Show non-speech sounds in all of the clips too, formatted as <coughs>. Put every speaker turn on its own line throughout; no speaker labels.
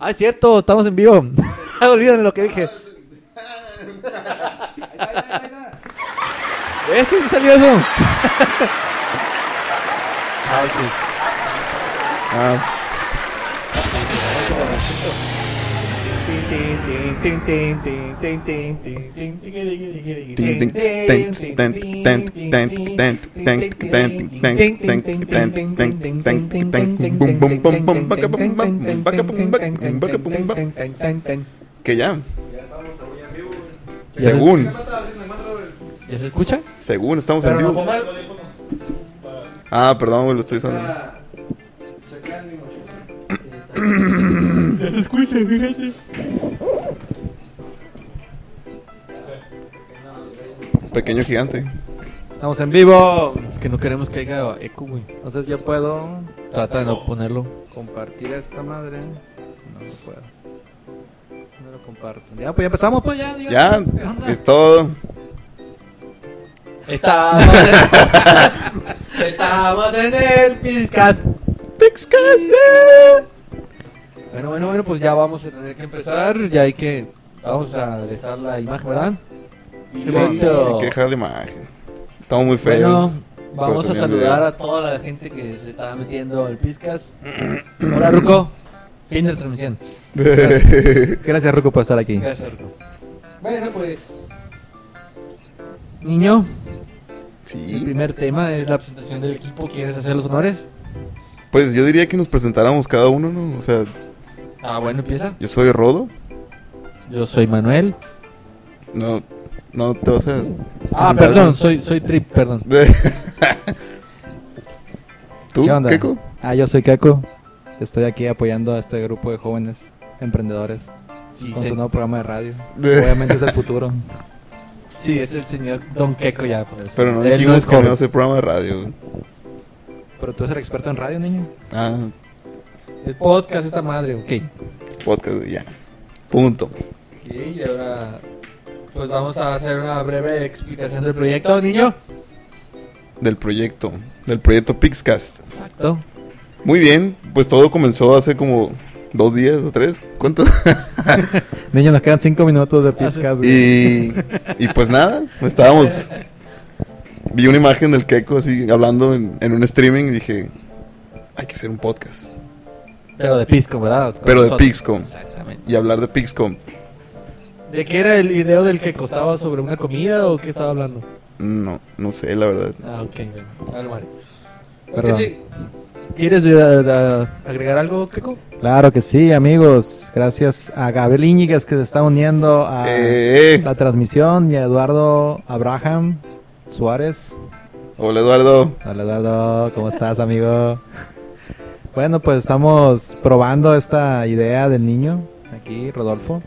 Ah, es cierto, estamos en vivo. <laughs> Olviden lo que dije. Este sí salió eso. Ah, ok. Ah.
Que ya.
Ya se-
Según,
¿Ya se escucha?
según, estamos en vivo. Ah, perdón, güey, lo estoy usando. Pequeño gigante.
Estamos en vivo.
Es que no queremos que haya eco, güey.
Entonces yo puedo
Trata de no ponerlo.
compartir esta madre. No lo puedo. No lo comparto. Ya, pues ya empezamos, pues ya. diga.
Ya,
¿Qué onda?
es todo.
Estamos <laughs> en, Estamos en el Pizcast. Bueno, bueno, bueno, pues ya vamos a tener que empezar. Ya hay que. Vamos a dejar la imagen, ¿verdad?
Sí,
Perfecto.
hay que dejar la imagen. Estamos muy
Bueno,
feos.
vamos a
Pero se
saludar
me
a toda la gente que se está metiendo al Pizcast. Hola, Ruco. Fin de la transmisión.
Gracias, Ruco, por estar aquí.
Gracias, Ruco. Bueno, pues. Niño, el
<laughs> Sí.
primer tema es la presentación del equipo. ¿Quieres hacer los honores?
Pues yo diría que nos presentáramos cada uno, ¿no? O sea,
Ah, bueno, empieza.
yo soy Rodo.
Yo soy Manuel.
No, no te vas a. <laughs>
Ah,
presentar?
perdón, soy, soy Trip, perdón.
¿Tú,
¿Qué onda?
Keiko?
Ah, yo soy Keiko. Estoy aquí apoyando a este grupo de jóvenes emprendedores
Sí,
con
se-
su nuevo programa
<laughs>
de radio. Obviamente es el futuro.
sí, es el señor Don Keco ya. por eso.
Pero no
Él no es
dijimos que
joven.
no hace programa de radio.
Pero tú eres el experto en radio, niño.
Ah,
El podcast esta madre, ok.
podcast, ya. Punto.
Ok, y ahora pues vamos a hacer una breve explicación del proyecto, niño.
Del proyecto, del proyecto Pixcast.
Exacto.
Muy bien, pues todo comenzó hace como dos días o tres. ¿Cuánto?
Niño, nos quedan cinco minutos de pizcas. güey.
<laughs> Y, y pues nada, estábamos. Vi una imagen del Keiko así hablando en, en un streaming y dije: Hay que hacer un podcast.
Pero de Pisco, ¿verdad?
Pero de
Nosotros.
Pixcom.
Exactamente.
Y hablar de Pixcom.
¿De qué era el video del que costaba sobre una comida o qué estaba hablando?
No, no sé, la verdad.
Ah, ok. bueno, algo mal. Lo que
Perdón.
sí- ¿Quieres eh, eh, agregar algo, Keco?
Claro que sí, amigos. Gracias a Gabriel Íñiguez que se está uniendo a
Eh, eh.
Ah, la transmisión y a Eduardo Abraham Suárez.
Hola Eduardo.
Hola Eduardo, ¿cómo estás, amigo? Bueno, pues estamos probando esta idea del niño, aquí Rodolfo.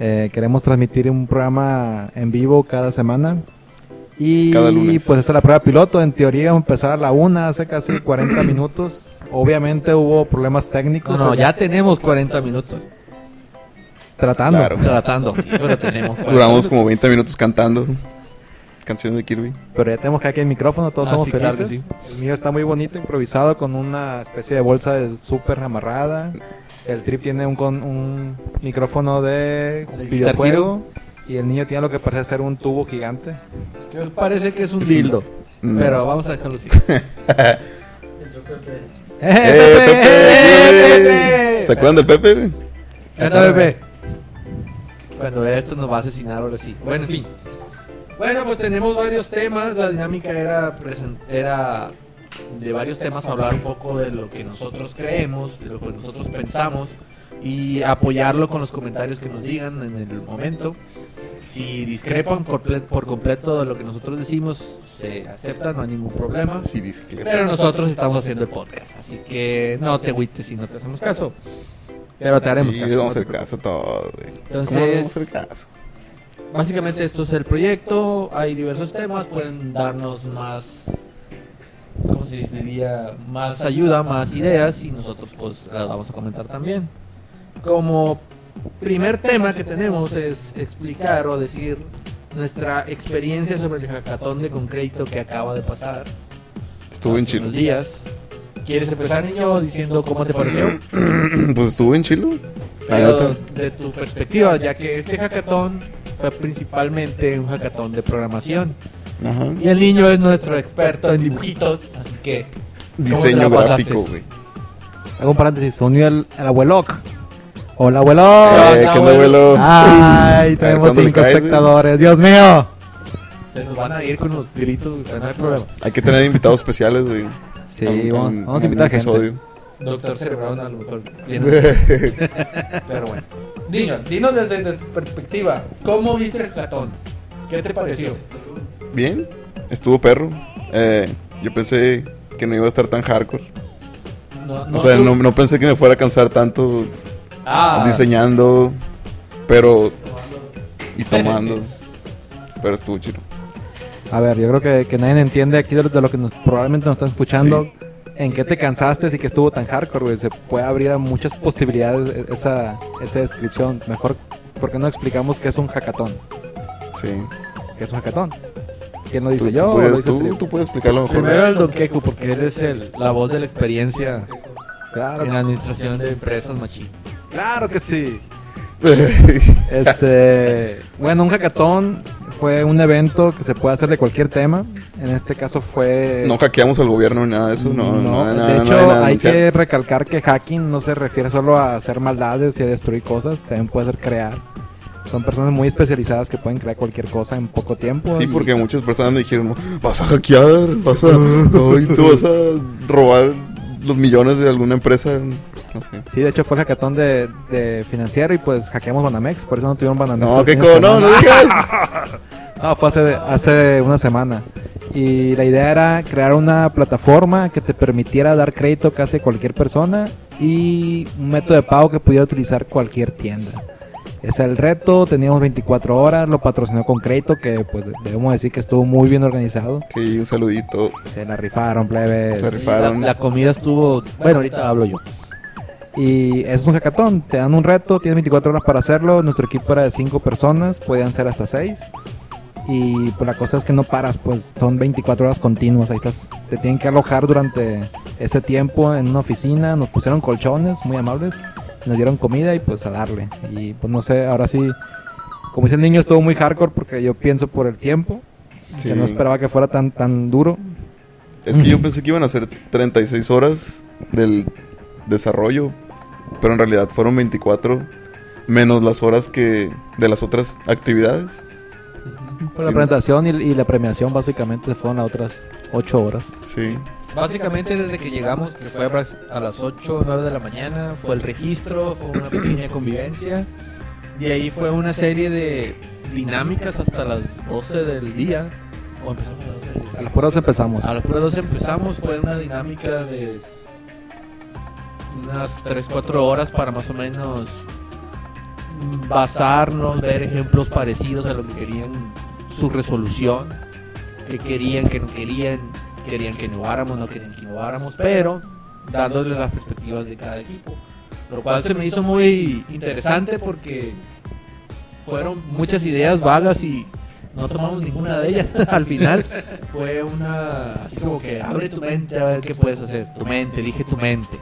Eh, queremos transmitir un programa en vivo cada semana. Y
Cada lunes.
pues esta es la prueba piloto. En teoría vamos a empezar a la una, hace casi 40 minutos. Obviamente hubo problemas
No,
técnicos.
no, ya tenemos 40 minutos
Tratando.
Claro.
tratando. Sí, pero tenemos. 40
Duramos como 20 minutos cantando canciones de Kirby.
Pero ya tenemos que aquí el micrófono, todos
Ah,
somos
sí, claro
felices.
que
El mío está muy bonito, improvisado, con una especie de bolsa de súper amarrada. El trip tiene un, con, un micrófono de
Guitar
videojuego. Y el niño tiene lo que parece ser un tubo gigante.
Yo- Parece que es un dildo.
Mm.
Pero vamos a
<laughs>
dejarlo así.
¡Eh,
¡Eh, Pepe!
Pepe!
¿Se acuerdan del Pepe? güey?
Ya está, Pepe. Cuando vea esto nos va a asesinar ahora sí. Bueno, en fin. Bueno, pues tenemos varios temas. La dinámica era, presen- era de varios temas hablar un poco de lo que nosotros creemos, de lo que nosotros pensamos y apoyarlo con los comentarios que nos digan en el momento. Si discrepan comple- por completo de lo que nosotros decimos, se acepta, no hay ningún problema.
Sí, bicicleta.
Pero nosotros estamos haciendo el podcast, así que no te agüites si no te hacemos caso. Pero te haremos
Sí,
caso.
vamos a hacer caso a todo, güey.
Pues
¿Cómo no vamos a hacer
Entonces,
caso?
básicamente esto es el proyecto, hay diversos temas, pueden darnos más, ¿cómo se diría? Más ayuda, más ideas y nosotros pues las vamos a comentar también. Como primer tema que tenemos es explicar o decir nuestra experiencia sobre el hackathon de concreto que acaba de pasar.
Estuvo en
hace unos
Chilo. <laughs>
días. ¿Quieres empezar, niño, diciendo cómo te pareció?
pues estuvo en Chilo.
Pero
Adelante.
de tu perspectiva, ya que este hackathon fue principalmente un hackathon de programación.
Ajá.
Y el niño es nuestro experto en dibujitos, así que
Diseño
¿Cómo te la
gráfico,
pasaste?
güey.
Hago un paréntesis. Se unió el, el abuelo. Hola, abuelo.
Ah,
Eh,
no,
¿Qué onda,
abuelo.
<laughs> abuelo?
Ay, tenemos
¿cuándo le
cinco
caes, eh. güey?
espectadores. Dios mío.
se nos van a ir con los gritos, güey, no hay problema.
Hay que tener invitados especiales, güey.
Sí,
En-
vamos,
en-
vamos a
en
invitar
un
gente.
episodio.
Doctor Cerebrón a lo mejor
<laughs>
viene. Pero bueno. Dinos, dinos desde tu perspectiva, ¿cómo viste el hackathon? ¿Qué te pareció?
Bien, estuvo perro. Eh, yo pensé que no iba a estar tan hardcore.
No,
o sea,
tú-
no, no pensé que me fuera a cansar tanto
Ah,
diseñando, pero. y tomando. pero estuvo chido.
A ver, yo creo que, que nadie entiende aquí de lo, de lo que nos, probablemente nos están escuchando. ¿En qué te cansaste y que estuvo tan hardcore, güey? Se puede abrir a muchas posibilidades e- esa, esa descripción. Mejor, ¿por qué no explicamos qué es un hackathon?
Sí.
¿Qué es un hackathon? ¿Quién lo
Tú-
dice
tú
yo o
puedes-
lo dice
tú-
Tribu?
tú puedes explicarlo mejor. <laughs>
primero el Don Keku, porque eres el, la voz de la experiencia
Claro,
en administración de empresas, machín.
claro que sí. <laughs> Este, <laughs> bueno, un hackathon fue un evento que se puede hacer de cualquier tema. En este caso fue
no hackeamos al gobierno ni nada de eso. No,
No,
no, nada,
de
no
hecho,
hay nada
hay
anunciar.
que recalcar que hacking no se refiere solo a hacer maldades y a destruir cosas, también puede ser crear. Son personas muy especializadas que pueden crear cualquier cosa en poco tiempo.
Sí,
y-
porque muchas personas me dijeron, vas a hackear, vas a... no, y tú vas a robar los millones de alguna empresa. No sé.
Sí, de hecho fue el hackathon de, de financiero y pues hackeamos Banamex, por eso no tuvieron Banamex.
No,
el fin
que
de
no,
semana.
no
<laughs>
digas.
No, fue hace, hace una semana. Y la idea era crear una plataforma que te permitiera dar crédito casi a cualquier persona y un método de pago que pudiera utilizar cualquier tienda. Ese era el reto, teníamos 24 horas, lo patrocinó con crédito, que pues debemos decir que estuvo muy bien organizado.
Sí, un saludito.
Se la rifaron,
Se
plebes.
rifaron.
La, la comida estuvo. Bueno, ahorita hablo yo.
Y eso es un hackathon, te dan un reto, tienes 24 horas para hacerlo, nuestro equipo era de 5 personas, podían ser hasta 6. Y pues la cosa es que no paras, pues son 24 horas continuas, ahí estás, te tienen que alojar durante ese tiempo en una oficina, nos pusieron colchones muy amables, nos dieron comida y pues a darle. Y pues no sé, ahora sí, como dice el niño, estuvo muy hardcore porque yo pienso por el tiempo,
Sí.
que no esperaba que fuera tan, tan duro.
Es que yo pensé que iban a ser 36 horas del desarrollo, pero en realidad fueron 24 menos las horas que de las otras actividades.
Pero Pues, la
Sí.
presentación y, y la premiación básicamente fueron las otras 8 horas.
Sí.
Básicamente, desde que llegamos, que fue a las 8 o 9 de la mañana, fue el registro, fue una pequeña <coughs> convivencia. Y ahí fue una serie de dinámicas hasta las 12 del día. O empezamos a las 12 del día.
A las horas empezamos.
A las puras 12 empezamos, fue una dinámica de unas 3-4 horas para más o menos basarnos, ver ejemplos parecidos a lo que querían su resolución, que querían, que no querían, querían que innováramos, no querían que innováramos, pero dándoles las perspectivas de cada equipo. Lo cual se me hizo muy interesante porque fueron muchas ideas vagas y no tomamos ninguna de ellas al <laughs> final fue una así como que abre tu mente a ver qué puedes hacer tu mente elige tu mente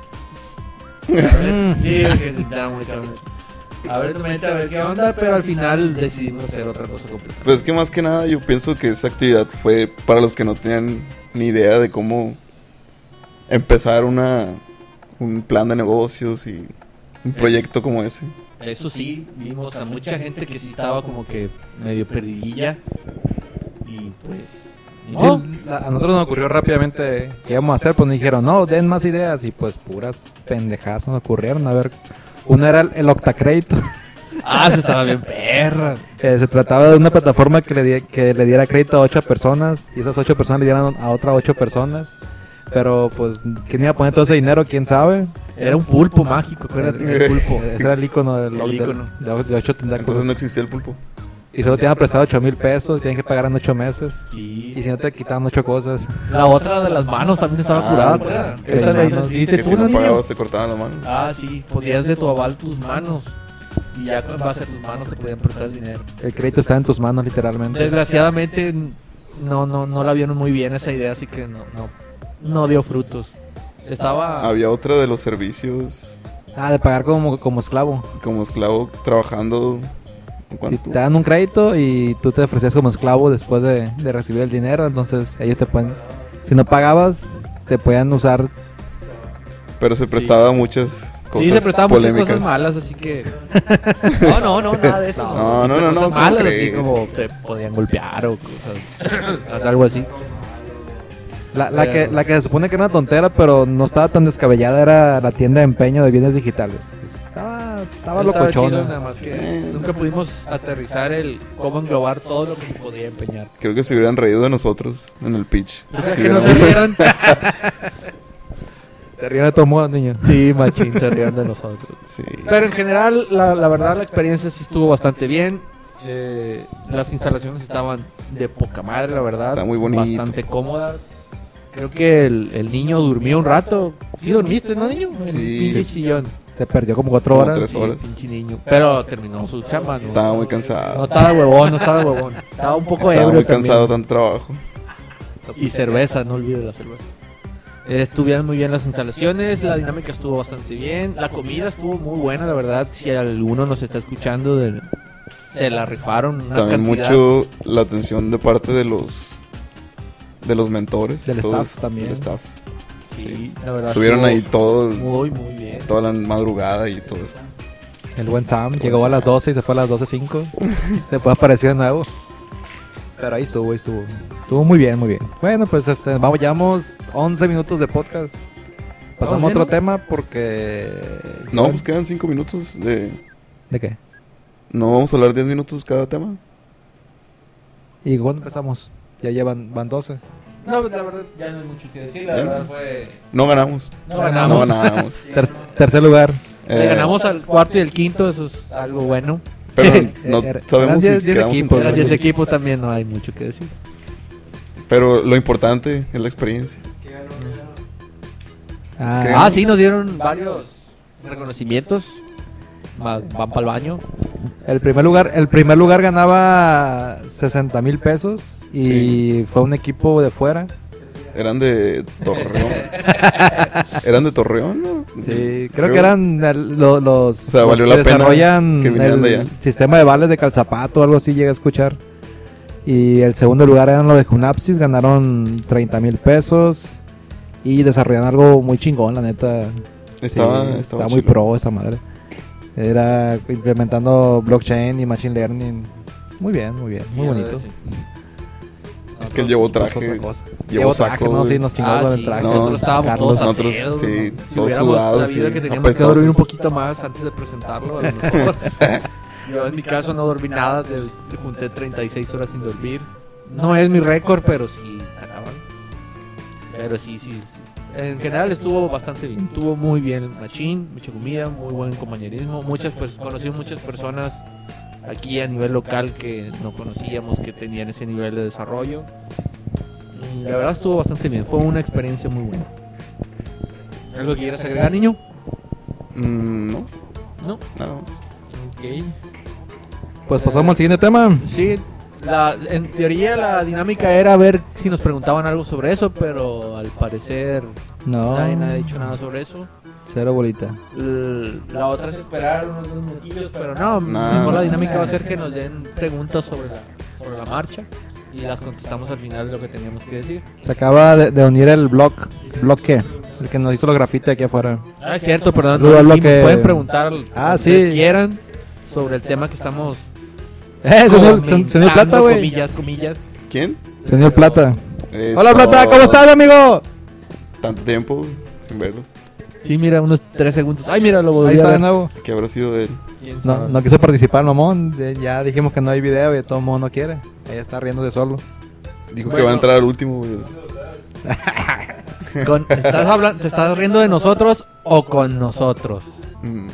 Abre- <laughs> sí es que se está muy cabrón. abre tu mente a ver qué onda pero al final decidimos hacer otra cosa completa
Pues es que más que nada yo pienso que esa actividad fue para los que no tenían ni idea de cómo empezar una un plan de negocios y un proyecto como ese.
eso sí vimos a mucha gente que sí estaba como que medio perdidilla y pues ni
Sí,
modo.
la- a nosotros nos ocurrió rápidamente qué íbamos a hacer, pues nos dijeron, no, den más ideas y pues puras pendejadas nos ocurrieron. A ver, una era el, el octacrédito, <laughs>
ah se estaba bien perra
Eh, se trataba de una plataforma que le, di- que le diera crédito a ocho personas y esas ocho personas le dieran a otras ocho personas. Pero pues, ¿quién iba a poner todo ese dinero? ¿Quién sabe?
era un pulpo mágico acuérdate que el <laughs> pulpo
Eh, Ese era el icono del-
El
del-
ícono.
de, de ocho tentáculos.
Entonces no existía el pulpo.
Y solo te iban a prestar ocho mil pesos, tienen que pagar en ocho meses.
Sí.
Y si no te quitaban ocho cosas.
la otra de las manos también estaba
Ah,
curada ¿verdad?
que
esa
las
le
manos-
hiciste
Que
tú,
si no
niño?
pagabas te cortaban la mano.
Ah, sí, podías de tu aval tus manos. Y ya con base a tus manos te podían prestar el dinero.
El crédito está en tus manos literalmente.
Desgraciadamente, n- no, no, no la vieron muy bien esa idea, así que no, no, no dio frutos. Estaba.
Había otra de los servicios
Ah, de pagar como, como esclavo.
Como esclavo trabajando.
Si
¿cuánto?
te dan un crédito y tú te ofrecías como esclavo después de, de recibir el dinero, entonces ellos te pueden... Si no pagabas, te podían usar...
Pero se prestaba a muchas cosas
sí, se prestaban muchas
polémicas.
cosas malas, así que. No, no, no, nada de eso.
No, no,
sí,
no, no,
Cosas
¿cómo
malas, así
crees?
como te podían golpear o cosas. algo así.
La, la que, la que se supone que era una tontera, pero no estaba tan descabellada, era la tienda de empeño de bienes digitales. Estaba, estaba
chido, nada
locochona.
más que
Eh.
nunca pudimos aterrizar el cómo englobar todo lo que se podía empeñar.
Creo que se hubieran reído de nosotros en el pitch.
¿Tú crees
Si
que no se
hubiéramos-
rieron?
Se ríe de todo modo, niño.
Sí, <laughs> machín, se rieron de nosotros.
Sí.
Pero en general, la, la verdad, la experiencia sí estuvo bastante bien. Eh, las instalaciones estaban de poca madre, la verdad.
Está muy bonito.
Bastante cómodas. Creo que el, el niño durmió un rato. Sí, dormiste, ¿no, niño? En
Sí.
el pinche sillón.
<laughs> Se perdió como cuatro
Como
horas.
tres. Dos horas.
Sí, pinche niño. Pero terminó su chamba, ¿no?
Estaba muy
No
cansado.
estaba huevón, no estaba huevón. Estaba un poco
Estaba
ebrio
muy
también.
cansado de tanto trabajo.
Y cerveza, no olvido la cerveza. Eh, Estuvieron muy bien las instalaciones, la dinámica estuvo bastante bien, la comida estuvo muy buena, la verdad. Si alguno nos está escuchando, de- se la rifaron. Una
También
cantidad.
mucho la atención de parte de los de los mentores.
Del
todos,
staff también. Ah,
del staff.
Sí, la verdad.
Estuvieron ahí
estuvo
todo,
Muy, muy bien.
toda la madrugada y todo eso.
El buen Sam llegó a las 12 y se fue a las 12.05. Después apareció de nuevo. Pero ahí estuvo, ahí estuvo. Estuvo muy bien, muy bien. Bueno, pues este, vamos, llevamos 11 minutos de podcast. Pasamos a
Vamos bien,
otro
¿no?
tema porque...
No, pues quedan cinco minutos de...
¿De qué?
No vamos a hablar 10 minutos cada tema.
¿Y cuándo empezamos? Ya llevan van 12.
No, la verdad, ya no hay mucho que decir, la
Ya.
verdad fue.
No ganamos.
No
Ganamos.
ganamos.
¿Eh? No ganamos.
Ter- tercer lugar.
<laughs> Le
Eh,
ganamos al cuarto y el quinto, eso es algo bueno. <laughs>
Pero no
Eran
sabemos si
10
quedamos en
equipos,
tercer
Pero
eran
de ese
lugar.
equipo también no hay mucho que decir.
Pero lo importante es la experiencia. ¿Qué?
Ah,
Ah, sí, nos dieron varios reconocimientos. Ma- Van para el baño.
el primer lugar, el primer lugar ganaba 60 mil pesos y
Sí.
fue un equipo de fuera.
Eran de
<laughs>
Torreón. Eran de Torreón, ¿no?
Sí, creo, que eran el- lo- los,
O sea,
los
valió
que
la pena
desarrollan
que vinieran
el
de allá.
sistema de vales de calzapato, algo así llegué a escuchar. Y el segundo lugar eran los de Junapsis, ganaron 30 mil pesos y desarrollan algo muy chingón, la neta.
Estaba,
Sí,
estaba
estaba muy
chido.
pro esa madre. Era implementando blockchain y machine learning. Muy bien, muy bien, muy bonito.
Es que él llevó traje.
Otra cosa.
Llevó
Llevó
saco,
traje, no,
güey.
sí, nos chingó
Ah,
con el
sí,
traje.
Nosotros estábamos
Carlos.
todos
nosotros,
aseados,
sí,
¿no?
todos
Si hubiéramos
sudados,
sabido
sí,
que teníamos que
apestosos.
dormir un poquito más antes de presentarlo,
<laughs>
a lo mejor. Yo en mi caso no dormí nada, de- le junté 36 horas sin dormir. No es mi récord, pero sí, acaban. Pero sí, sí. sí. En general estuvo bastante bien. Estuvo muy bien el machín, mucha comida, muy buen compañerismo. Muchas pers- conocí muchas personas aquí a nivel local que no conocíamos que tenían ese nivel de desarrollo. Y la verdad estuvo bastante bien, fue una experiencia muy buena. ¿Algo que quieras agregar, niño?
Mm, no,
No.
nada más.
Ok.
Pues pasamos al siguiente tema.
Sí, la- en teoría la dinámica era ver si nos preguntaban algo sobre eso, pero al parecer
No,
nadie ha dicho nada sobre eso.
cero bolita.
L- La otra es esperar unos dos minutillos, pero no,
Nah.
mejor la dinámica va a ser que nos den preguntas sobre la, sobre la marcha y las contestamos al final de lo que teníamos que decir.
Se acaba de, de unir el blog. ¿Blog qué? El que nos hizo los grafites aquí afuera.
Ah, es cierto, perdón.
Luego
no
lo
dijimos,
que-
Pueden preguntar lo
Ah,
que
sí.
ustedes quieran sobre el tema que estamos.
¡Eh! Se unió, se- se unió
comentando,
Plata, güey.
Comillas, comillas.
¿Quién?
Se unió Plata. ¡Hola,
Esto-
Plata! ¿Cómo estás, amigo?
Tanto tiempo sin verlo.
Sí, mira, unos tres segundos. Ay, mira, lo volví
Ahí
a
está de
ver.
nuevo.
¿Qué habrá sido de él?
¿Quién
No,
sabe?
no quiso participar, mamón. De- Ya dijimos que no hay video y todo el mundo no quiere. Ella está riendo de solo.
Dijo que
Bueno.
va a entrar al último, güey.
Con- ¿estás hablando, ¿Te estás riendo de nosotros o con nosotros?
Mm,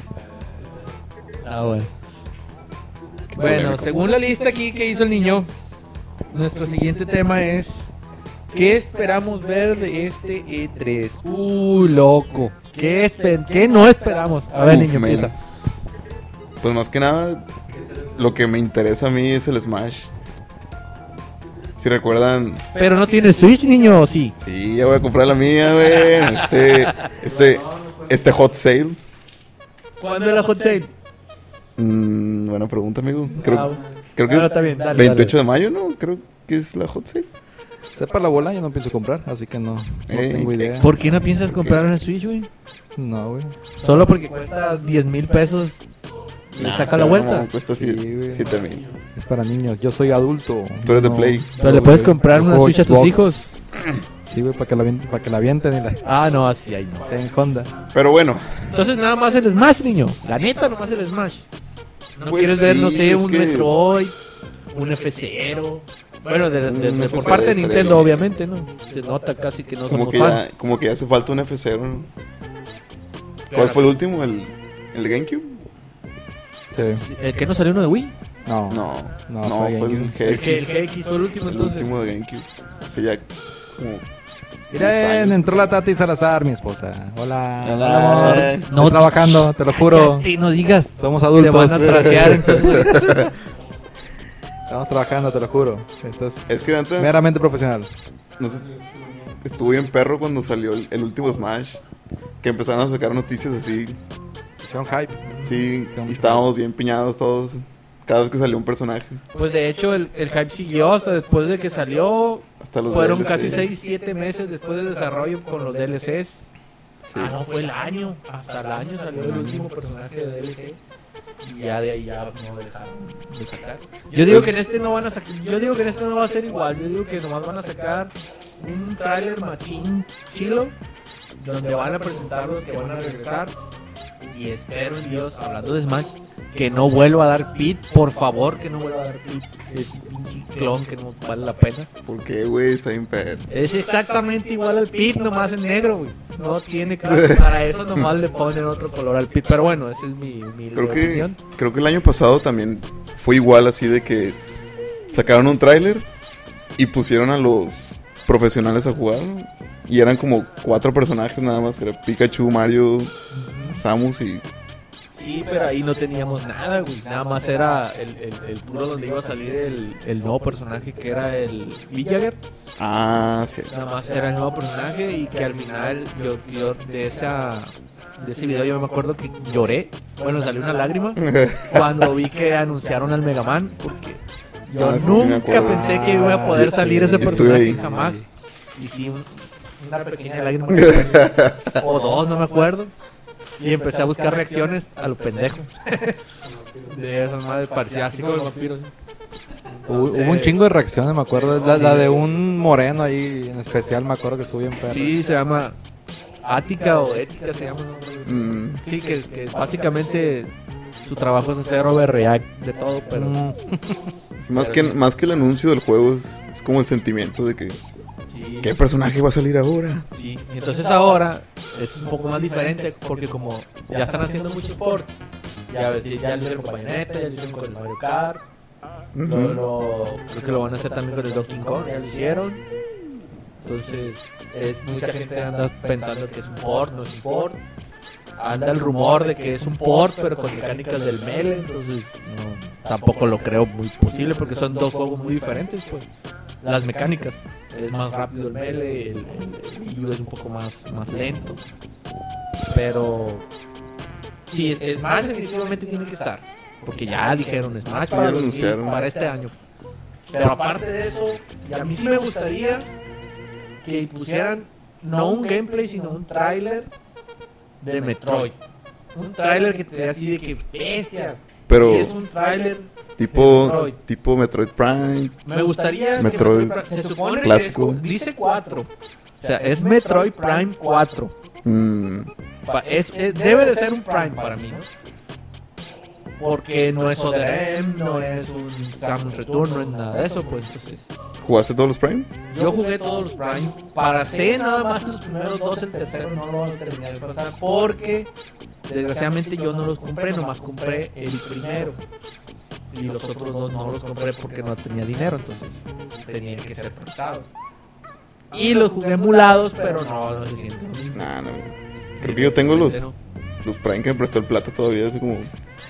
Ah, bueno.
qué
Bueno,
polémico.
según la lista aquí que hizo el niño, nuestro siguiente tema es ¿Qué esperamos ver de este E3? Uh, loco. ¿Qué, espe- qué no esperamos? A ver,
Uf,
niño,
man.
empieza.
Pues más que nada, lo que me interesa a mí es el Smash. Si recuerdan,
Pero no tiene Switch, niño, ¿o sí? <laughs>
sí, ya voy a comprar la mía, güey. en Este, este, este hot sale.
¿Cuándo era Hot Sale?
Mm, buena pregunta, amigo. Creo,
Ah,
creo que
bueno,
es
está bien, dale,
28 de mayo, ¿no? Creo que es la hot sale.
Sepa la bola, yo no pienso comprar, así que no, no
Eh,
tengo idea.
dale. ¿Por qué no piensas comprar una Switch, güey?
No, güey.
Solo porque cuesta 10 mil pesos. Le
Nah,
saca la
sea,
vuelta.
Ah, no, cuesta
Sí, güey.
7 mil.
Es para niños, yo soy adulto.
Tú eres de
no-
Play.
Pero le puedes comprar
Yo
una
juego
Switch a tus
Xbox.
hijos.
Sí, güey, para que la, vien- para que la avienten y la
Ah, no, así, ahí no.
en Honda.
Pero bueno,
Entonces nada más el Smash, niño. La neta, nomás el Smash. No
Pues
quieres ver, no
sí,
sé,
es
un
que-
Metroid, un F0. Bueno, de, de-
Un
de- por
F0
parte de
estaría
Nintendo,
bien.
obviamente, ¿no? Se nota casi que no
como
somos
que,
fan.
ya, como que ya hace falta un F0. ¿no? ¿Cuál fue el último? ¿El, el GameCube?
Sí.
¿El Eh, que no salió uno de Wii?
No,
No, no,
No,
fue,
fue
el GX.
El, que, el GX fue el último,
el
entonces.
último de GameCube. Hace ya como.
Miren, eh, entró la Tati Salazar, mi esposa. Hola,
Hola.
hola amor.
Eh,
Ah, no-
No trabajando, te lo juro.
Cállate, no digas.
Somos
Te
adultos.
van a traquear, entonces.
<laughs> Estamos trabajando, te lo juro. Esto es
Es que antes.
meramente profesional.
No sé. Estuvo bien perro cuando salió el, el último Smash. Que empezaron a sacar noticias así.
Sea un hype.
Sí,
Sí, hombre.
y estábamos bien piñados todos. Cada vez que salió un personaje.
Pues de hecho, el, el hype siguió hasta después de que salió.
Hasta los
Fueron
DLCs.
casi 6, 7 meses después del desarrollo con los DLCs.
Sí.
Ah, no, fue el año. Hasta el año salió el último personaje de DLC. Y ya de ahí ya no dejaron de sacar. Yo digo que en este no van a sacar. Yo digo que en este no va a ser igual. Yo digo que nomás van a sacar un tráiler machín chilo. Donde van a presentar los que van a regresar. Y espero en Dios, hablando de Smash, que no vuelva a dar pit. Por favor, que no vuelva a dar pit. Es un pinche clon que no vale la pena.
¿Por qué, güey? Está bien perro.
Es exactamente igual al pit, nomás en negro, güey. No <laughs> tiene cara. Para eso nomás le ponen otro color al pit. Pero bueno, esa es mi, mi
Creo que,
opinión.
creo que el año pasado también fue igual así de que sacaron un tráiler y pusieron a los profesionales a jugar. ¿no? Y eran como cuatro personajes nada más. Era Pikachu, Mario, Samus y...
Sí, pero ahí no teníamos nada, güey. Nada más era el, el, el puro donde iba a salir el, el nuevo personaje que era el Villager.
Ah, sí.
Nada más era el nuevo personaje y que al final yo, yo de esa de ese video yo me acuerdo que lloré. Bueno, salió una
<laughs>
lágrima cuando vi que anunciaron al Mega Man porque yo
Ah, sí, sí me
nunca
acuerdo.
pensé que iba a poder
Ah,
salir
sí.
ese
Estuve
personaje
ahí.
jamás. Y sí, un- una pequeña
<laughs>
lágrima que- o dos, no me acuerdo. Y empecé a buscar reacciones a lo pendejo. <laughs> De esa madre parecía así como los vampiros.
Hubo,
Entonces-
hubo un chingo de reacciones, me acuerdo. La, la de un moreno ahí en especial, me acuerdo que estuvo bien perro.
Sí, se llama Ática o Ética, se llama. no me acuerdo.
Mm,
Sí, que, que básicamente su trabajo es hacer overreact de todo, pero
Mm,
sí, más, que, más que el anuncio del juego es, es como el sentimiento de que...
sí,
¿Qué personaje va a salir ahora?
sí. Y Entonces ahora es un poco más diferente porque como ya están haciendo mucho sport, ya, ves, ya lo hicieron con Bayonetta, ya lo hicieron con el Mario Kart,
Ujú.
lo- lo- creo que lo van a hacer también con el Donkey Kong, ya lo hicieron. Entonces es, mucha gente anda pensando que es un port, no es un port. Anda el rumor de que es un port, pero con mecánicas del Melee, entonces no, tampoco lo creo muy posible porque son dos juegos muy diferentes, pues. Las mecánicas. Es más rápido el melee, el, el- el Wii U es un poco más, más lento. Pero sí, Smash definitivamente tiene que estar. Porque ya dijeron Smash
Ya
para,
lo
2000,
anunciaron.
para este año. Pero aparte de eso, y a mí sí me gustaría que pusieran no un gameplay, sino un tráiler de Metroid. Un tráiler que te dé así de que bestia.
Pero
Sí, es un tráiler
tipo,
Metroid.
tipo Metroid Prime.
me gustaría. que
Metroid
se supone
clásico.
que es- dice 4. O sea, es Metroid Prime 4.
mm,
Pa- es- es- debe de ser un Prime para mí, ¿no? Porque no es ODM, no es un Samus Return, no es nada de eso, pues entonces.
¿Jugaste todos los Prime?
Yo jugué todos los Prime. Para C nada más los primeros dos, el tercero no lo terminé de pasar porque desgraciadamente yo no los compré, nomás compré el primero. Y los otros dos no los compré porque no tenía dinero, entonces tenían que ser prestados. Y los jugué emulados, pero no, no se siente lo mismo.
Nah, no. Creo que yo tengo los, los Prime que me prestó el plata todavía hace como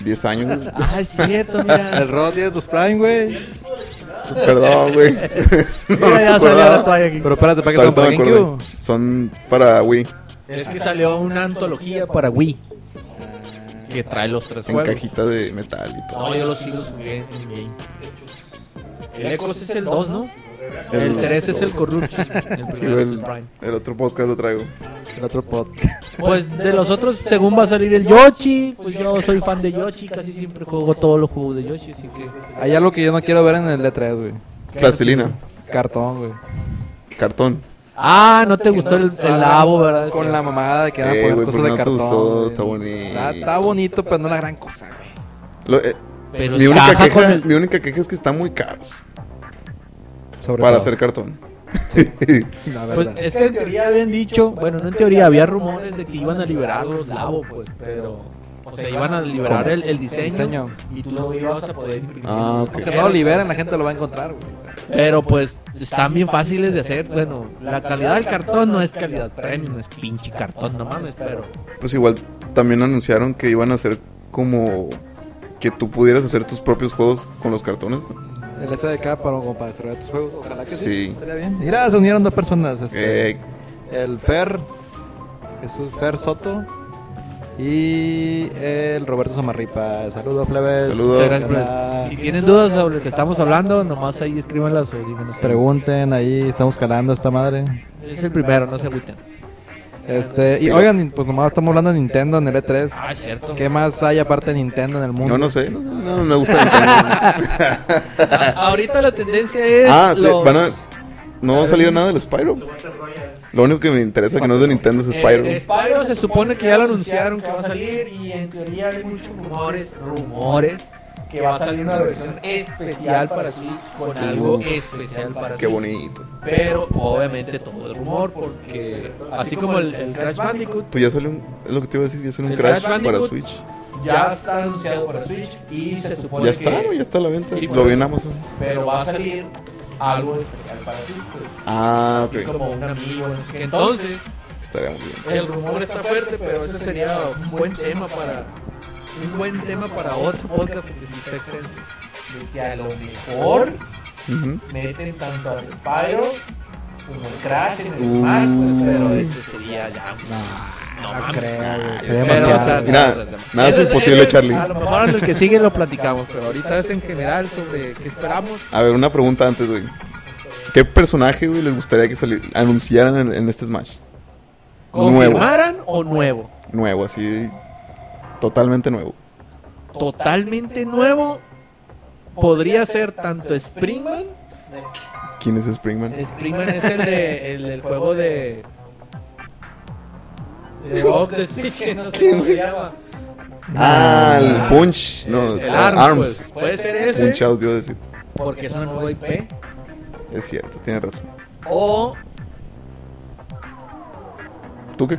10 años.
<laughs>
güey.
Ah, es cierto, <laughs>
el
mira.
Rod y de tus Prime, güey.
Perdón, güey. No
Mira,
me
ya salió
acordaba.
la toalla aquí.
Pero espérate, ¿para qué
Ahorita
son para
me acuerdo.
GameCube?
Son para Wii.
Es que salió una antología para Wii. que trae los tres
En
juegos.
cajita de metal y todo.
No, yo los sí los jugué en game. El Ecos es el 2, ¿no?
El
El 3 es el
dos.
Corruption. El
Sí,
primero es el
el,
Prime.
el otro podcast lo traigo.
El otro podcast.
Pues de los otros, según va a salir el Yoshi, pues yo soy fan de Yoshi, casi siempre juego todos los juegos de Yoshi, Pues, así que...
Hay algo que yo no quiero ver en el E3, güey.
Plastilina,
Cartón, güey.
cartón.
Ah, no te gustó el, el Abo, ¿verdad?
Con la mamada de que van a
Eh,
poner
güey,
cosas
¿por qué
de
no te gustó?
cartón. güey.
Está bonito.
Está, está bonito, pero no la gran cosa, güey.
Lo- eh,
Pero
mi, única
caja con
queja,
el-
mi única queja es que están muy caros
Sobre
para
todo.
hacer cartón.
La
Pues
verdad.
es que en teoría habían dicho, bueno, no en teoría, había rumores de que iban a liberar los Labo, pues, pero... O sea, iban a liberar
¿Cómo?
el, el diseño,
Diseño.
y tú no ibas a poder imprimir.
Ah, ok.
eh,
Aunque no lo liberen, la gente lo va a encontrar, güey. o sea.
Pero pues están bien fáciles de hacer. Bueno, la calidad del cartón no es calidad premium, es pinche cartón, no mames, pero.
Pues igual también anunciaron que iban a hacer como que tú pudieras hacer tus propios juegos con los cartones. ¿no?
El SDK para, como para desarrollar tus juegos. Ojalá que sí.
Sí.
Estaría bien. Mira, se unieron dos personas. Este,
Eh,
El Fer, Jesús Fer Soto. Y el Roberto Samarripa. Saludos, plebes.
Saludos.
Muchas
Muchas
gracias,
Ojalá
Si tienen dudas sobre lo que estamos hablando, nomás ahí escríbanlas o díganos.
Pregunten, ahí estamos calando esta madre.
Es el primero, no se agüiten.
Este, y
Sí.
oigan, pues nomás estamos hablando de Nintendo en el E E3.
Ah, es cierto.
¿Qué más hay aparte de Nintendo en el mundo?
no, no sé. No, no
<laughs>
me gusta. Nintendo.
A- ahorita la tendencia es.
ah, sí,
los-
van a. No ha salido nada del Spyro. Lo único que me interesa que no es de Nintendo es
eh,
Spyro.
Spyro se supone que ya lo anunciaron que va a salir y en teoría hay muchos rumores, rumores que va a salir una versión especial para Switch con algo especial para
Qué
Switch.
bonito.
Pero obviamente todo es rumor porque así como el, el Crash Bandicoot
Pues ya salió un, es lo que te iba a decir, ya salió un
El
Crash
Crash Bandicoot.
para Switch.
ya está anunciado para Switch y se supone
Ya
que
está, güey, ya está a la venta.
Sí,
lo
por
vi
eso.
en Amazon.
pero va a salir algo especial para Switch, pues,
Ah,
así
ok.
como un amigo, no sé qué. Entonces,
Estaría muy bien.
el rumor está fuerte, pero ese sería un buen tema para un buen tema para otro podcast porque sí está extenso. De que a lo mejor
Ujú.
meten tanto al Spyro como el Crash en el
Uh.
Smash, pues, pero ese sería ya un- no
No
mames.
creo, güey.
es
Sería
Pero,
demasiado.
o sea,
Mira,
no, no, no.
nada es
Eso-
imposible,
eso-
Charlie.
A lo mejor en el que sigue lo platicamos, pero ahorita es en general sobre qué esperamos.
A ver, una pregunta antes, güey. ¿Qué personaje, güey, les gustaría que sali- anunciaran en, en este Smash? Nuevo.
¿Confirmaran o nuevo?
Nuevo, así. Totalmente nuevo.
Totalmente nuevo. Podría ser tanto Springman.
¿Quién es Springman?
Eh, Springman es el, de, el del juego de. De Off the Switch, que no sé cómo se llama.
Ah, el Punch. No,
El Arms.
Arms.
pues. Puede ser
Punch
ese.
out, yo decir.
Porque es una nueva IP.
Es cierto, tienes razón.
O.
¿Tú qué?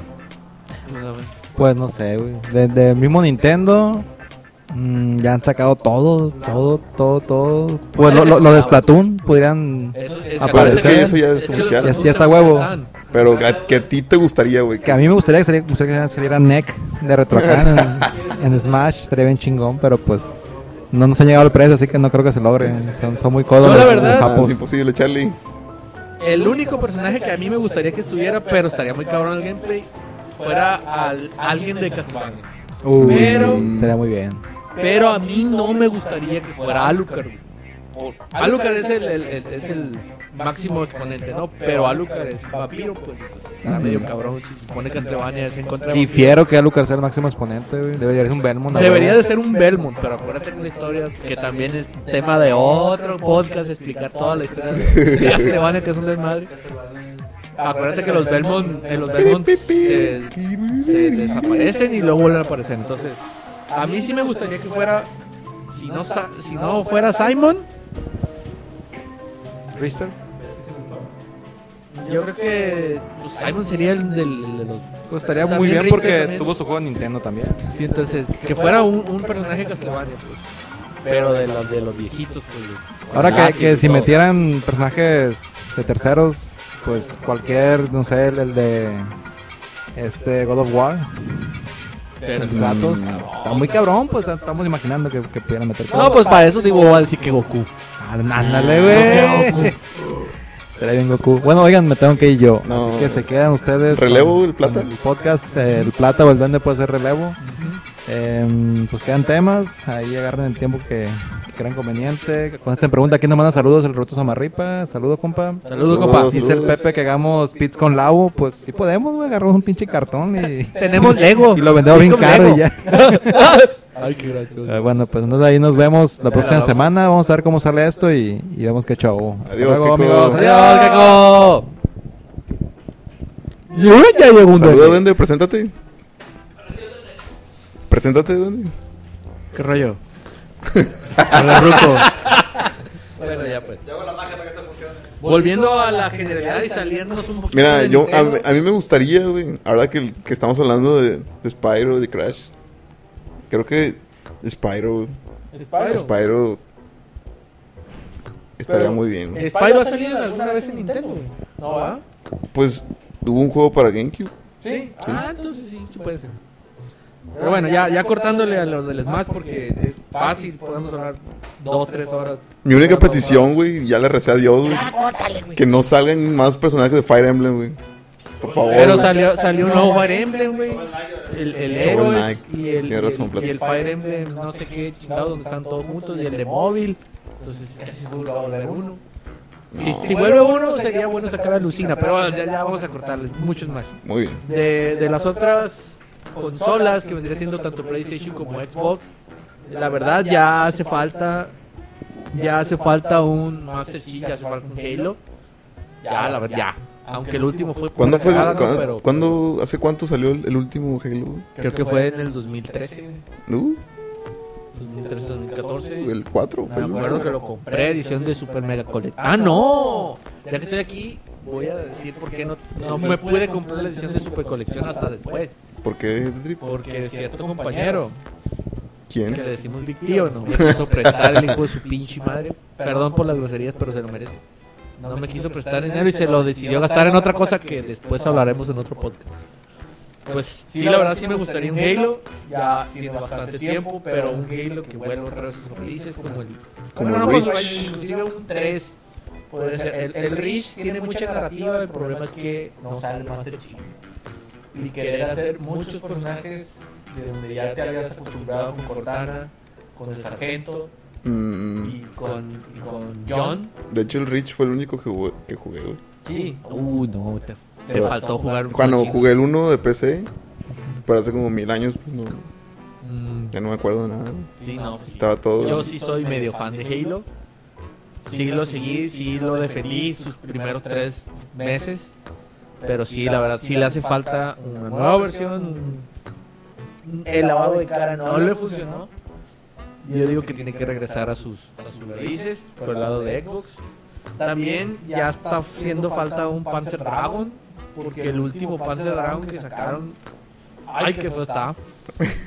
Pues no sé, güey. Desde el mismo Nintendo. mm, ya han sacado todo, todo, todo, todo. Pues lo, lo- lo de Splatoon podrían.
Eso, es,
Aparece.
acuérdate
Eso
ya es
que
oficial.
los
Ya está
productos
huevo.
están.
Pero a, que a ti te gustaría, güey.
Que a mí me gustaría que saliera, gustaría que saliera- saliera Neck de Retrocan
<laughs>
en, en Smash. Estaría bien chingón, pero pues. No nos ha llegado el precio, así que no creo que se logre. Son, son muy codos
Yo, la
los- los
verdad-
Ah,
japos.
es imposible, Charlie.
El único personaje que a mí me gustaría que estuviera, pero estaría muy cabrón el gameplay, fuera al, alguien de Castlevania.
Uy,
Pero-
sí, estaría muy bien.
Pero a mí no me gustaría que fuera Alucard. güey. Por- Alucard es el, el- el- es el máximo exponente, ¿no? Pero Alucard es vampiro, pues entonces está
Mm.
medio cabrón. Si supone que Castlevania es en contra de vampiro.
Difiero que Alucard sea el máximo exponente, güey. Debería ser un Belmont. a
Debería
huevo.
de ser un Belmont, pero acuérdate que una historia que también es tema de otro podcast, explicar toda la historia de de Castlevania, que es un desmadre. Acuérdate que los Belmont, eh, los Belmont se, se desaparecen y luego vuelven a aparecer. Entonces, a mí sí me gustaría que fuera, si no, sa- si no fuera Simon,
Richter.
yo creo que pues, Simon sería el del... el de los-
Pues estaría muy
También
bien
Richter
porque
también.
tuvo su juego en Nintendo también.
Sí, entonces, que fuera un, un personaje Castlevania, pues. Pero de los, de los viejitos, pues.
Ahora
con
que,
lápiz
que
y
si
todo.
metieran personajes de terceros, pues cualquier, no sé, el, el de este God of War,
Pero
los
está-
Kratos,
no.
está muy cabrón, pues ta- estamos imaginando que, que pudieran meter
No,
cosas.
pues para eso digo, voy a decir que Goku.
Ándale, güey. Estaría bien Goku. Bueno, oigan, me tengo que ir yo.
No.
Así que se quedan ustedes.
¿Relevo,
con-
el plata?
con El podcast, eh, el plata o el duende puede ser relevo. Em, pues quedan temas, ahí agarren el tiempo que, que crean conveniente. Contesten pregunta, ¿quién nos manda saludos? El Roberto Samarripa, saludos compa.
Saludos,
Saludos.
compa.
Dice el Pepe que hagamos pits con Lavo, pues sí podemos, güey, agarramos un pinche cartón y,
Tenemos Lego.
y lo vendemos bien
Con
caro
Lego.
y ya.
Ay, qué gracioso.
Eh, bueno, pues entonces ahí nos vemos la próxima
vamos.
semana, vamos a ver cómo sale esto y, y vemos qué show. Hasta
Adiós,
luego,
Kiko.
<laughs>
amigos.
Adiós, Keco. Yo ya llegó un
Saluda,
duende.
Duende, preséntate. Preséntate, Duende.
¿Qué rollo? Hola, Ruco.
Bueno, ya pues. Volviendo a la generalidad y saliéndonos un poquito.
Mira,
del
yo, a,
Nintendo.
a mí me gustaría, güey, ahora que, que estamos hablando de, de Spyro, de Crash, creo que Spyro, güey.
Spyro.
Spyro estaría
Pero- eh.
muy bien. güey.
Spyro ha salido alguna vez en Nintendo. güey? No, ¿ah?
Pues hubo un juego para GameCube.
¿Sí? Ah, entonces sí, sí puede ser. Pero bueno, ya, ya cortándole a lo del Smash porque es fácil, podemos hablar dos, tres horas.
Mi única petición, güey, ya le recé a Dios, güey, que no salgan más personajes de Fire Emblem, güey. Por favor.
Pero
güey.
salió, salió un nuevo Fire Emblem, güey. El, el
Shovel
Heroes
Knight.
y el, y,
Tienes
el,
razón, Plata.
y el Fire Emblem, no sé qué chingado, donde están todos juntos, y el de móvil. Entonces, casi seguro va a volver uno. Si, si vuelve uno, sería bueno sacar a Lucina, pero bueno, ya, ya vamos a cortarles muchos más.
Muy bien.
de, de las otras consolas que vendría siendo tanto PlayStation como Xbox, la verdad ya hace falta ya hace falta un Master Chief, ya hace falta un Halo. Ya, la verdad, ya. Aunque el último fue
¿Cuándo fue?
cagada, ¿no?
cuándo-
Pero
cuándo- ¿Hace cuánto salió el, el último Halo? güey?
creo que fue en el 2013,
¿No?
2013, 2014.
¿El 4?
Me acuerdo que lo compré, edición de Super Mega Collection. ¡Ah, no! Ya que estoy aquí, voy a decir por qué no, no me pude comprar la edición de Super Colección hasta después.
¿Por qué? Drip?
Porque cierto compañero
¿Quién?
que le decimos Big Tío, no me quiso prestar el hijo de su pinche madre. Perdón por las groserías, pero se lo merece. No me quiso prestar dinero y se lo decidió gastar en otra cosa que después hablaremos en otro podcast. Pues sí, la verdad sí me gustaría un Halo. Ya tiene bastante tiempo, pero un Halo que vuelva otra vez a sus raíces, como el.
Como
bueno, no,
el
como
Reach.
el- inclusive un 3. Puede ser. El, el Reach tiene mucha narrativa, el problema es que no sale el Master Chief. Y querer hacer muchos personajes de donde ya te habías acostumbrado con Cortana, con el Sargento
Mm,
y con, y con John.
de hecho, el Rich fue el único que jugué, que jugué güey.
Sí. Uh, no, te, te
Pero-
faltó jugar un
Cuando
poquito.
jugué el 1 de PC, pero hace como mil años, pues no,
Mm,
ya no me acuerdo de nada. güey.
sí, no, pues sí.
Estaba todo.
Yo sí soy medio fan de Halo. Sí lo seguí, sí lo defendí sus primeros tres meses. Pero sí, la verdad, sí le hace falta una nueva versión. El lavado de cara no le funcionó. Yo digo que tiene que regresar a sus, a sus raíces por el lado de Xbox. También ya está haciendo falta un Panzer Dragon. Porque el último Panzer Dragon que sacaron. Ay, que feo está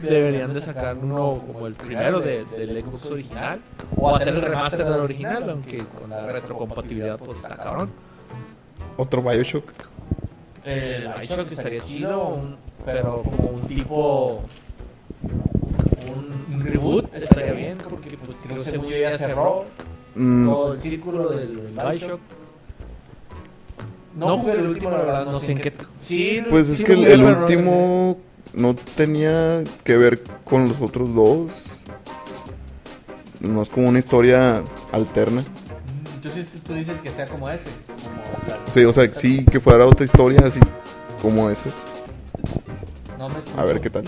deberían de sacar uno como el primero de- del Xbox original o hacer el remaster del original, aunque con la retrocompatibilidad pues está cabrón.
Otro Bioshock.
El que estaría chido, un- pero como un tipo un, un reboot estaría bien porque pues, creo según yo ya cerró
Mm,
todo el círculo del Bioshock. No jugué el último, la verdad, no sé en qué. Sí,
pues es
sí
que el,
jugué,
el
pero-
último no tenía que ver con los otros dos. No es como una historia alterna.
Entonces tú, tú dices que sea como ese. como-
Sí, o sea, sí que fuera otra historia así como esa.
No me
A ver qué tal.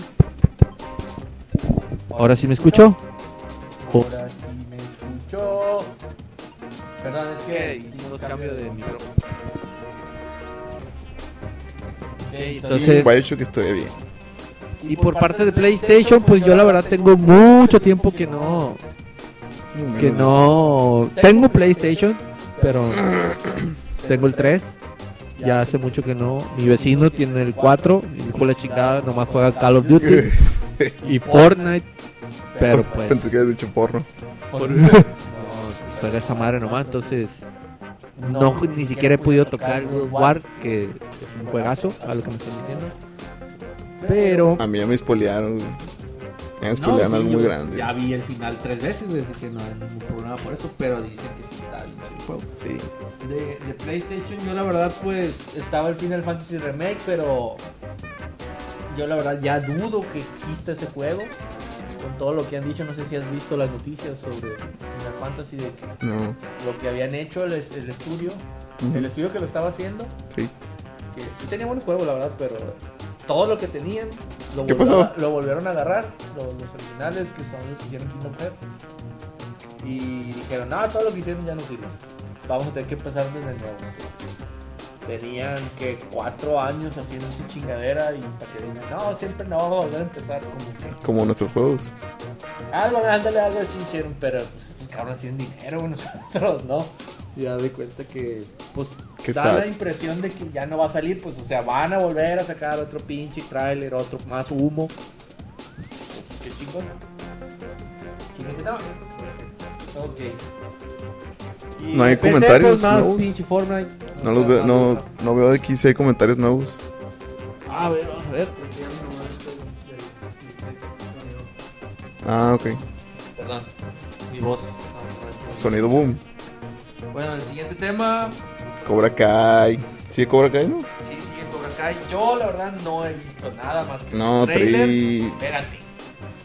¿Ahora sí me escucho? Ahora sí me escucho. Perdón, es que hicimos cambio de micrófono. Entonces,
Bioshock estoy bien.
y por parte de PlayStation, pues yo la verdad tengo mucho tiempo que no, que no... Tengo PlayStation, pero tengo el 3. Ya hace mucho que no. Mi vecino tiene el 4. Y hijo de la chingada, nomás juega Call of Duty y Fortnite. Pero pues...
Pensé que habías dicho porno.
<laughs> No, juega esa madre nomás, entonces no ni siquiera he podido tocar el World War, que es un juegazo, a lo que me están diciendo. Pero
A mí ya me spoilearon. güey. Ya me
No,
spoilearon
sí,
algo
yo
muy grande.
Ya vi el final tres veces, desde que no hay ningún problema por eso, pero dicen que sí está bien chido el juego.
Sí.
De, de PlayStation yo la verdad pues estaba el Final Fantasy Remake, pero
yo la verdad ya dudo que exista ese juego. Con todo lo que han dicho, no sé si has visto las noticias sobre la fantasy de que
No,
lo que habían hecho el, es- el estudio,
Ujú.
el estudio que lo estaba haciendo,
sí.
que sí tenía buenos juegos, la verdad, pero todo lo que tenían lo,
¿Qué
volvieron,
pasó?
lo volvieron a agarrar, lo- los, originales que son los que hicieron Kingdom Hearts. Y dijeron, no, todo lo que hicieron ya no sirve. Vamos a tener que empezar desde nuevo. Tenían que cuatro años haciendo su chingadera y para que digan, no, siempre no vamos a volver a empezar. Como que
Como nuestros juegos.
algo, Ah, ándale, algo así hicieron, pero pues, estos cabrones tienen dinero, güey, <laughs> nosotros no. Ya de cuenta que, pues,
Qué
da
sad.
la impresión de que ya no va a salir, pues, o sea, van a volver a sacar otro pinche tráiler, otro más humo. Qué chingón. Siguiente tema. Ok. Y
No hay
PC,
comentarios
pues, más
nuevos.
pinche Fortnite.
No los veo, no, no veo aquí si hay comentarios nuevos.
A ver, vamos a ver.
Ah, ok.
Perdón. Mi voz.
Sonido boom.
Bueno, el siguiente tema.
Cobra Kai. ¿Sí Cobra Kai, no?
Sí, sigue Cobra Kai. Yo, la verdad, no he visto nada más que
No,
los trailers.
tri...
Espérate.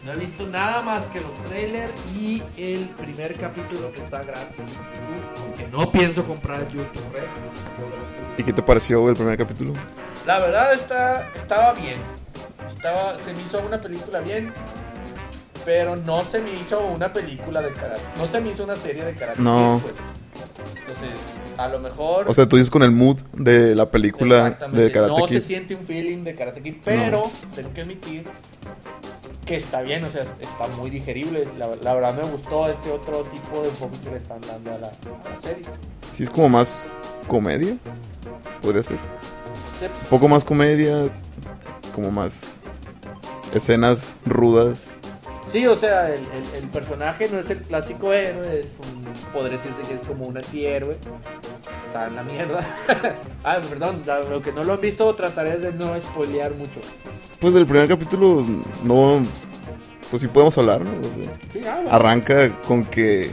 No he visto nada más que los trailers y el primer capítulo que está gratis en YouTube. Aunque no pienso comprar YouTube Red.
¿Y qué te pareció el primer capítulo?
La verdad está, estaba bien. Estaba, se me hizo una película bien. Pero no se me hizo una película de karate. No se me hizo una serie de karate.
No.
Kid, pues. Entonces, a lo mejor.
O sea, tú dices con el mood de la película
Exactamente.
de Karate
no se
Kid.
siente un feeling de Karate Kid, pero tengo que admitir que está bien, o sea, está muy digerible. La, la verdad me gustó este otro tipo de enfoque que le están dando a la, a la serie.
Sí, es como más comedia. Podría ser.
Sí.
Un poco más comedia. Como más escenas rudas.
Sí, o sea, el, el- el personaje no es el clásico héroe, es un, podría decirse que es como un antihéroe. Está en la mierda. <laughs> ah, perdón, a lo que no lo han visto trataré de no spoilear mucho.
Pues del primer capítulo no... Pues sí podemos hablar, ¿no? O sea,
Sí, ah, bueno.
arranca con que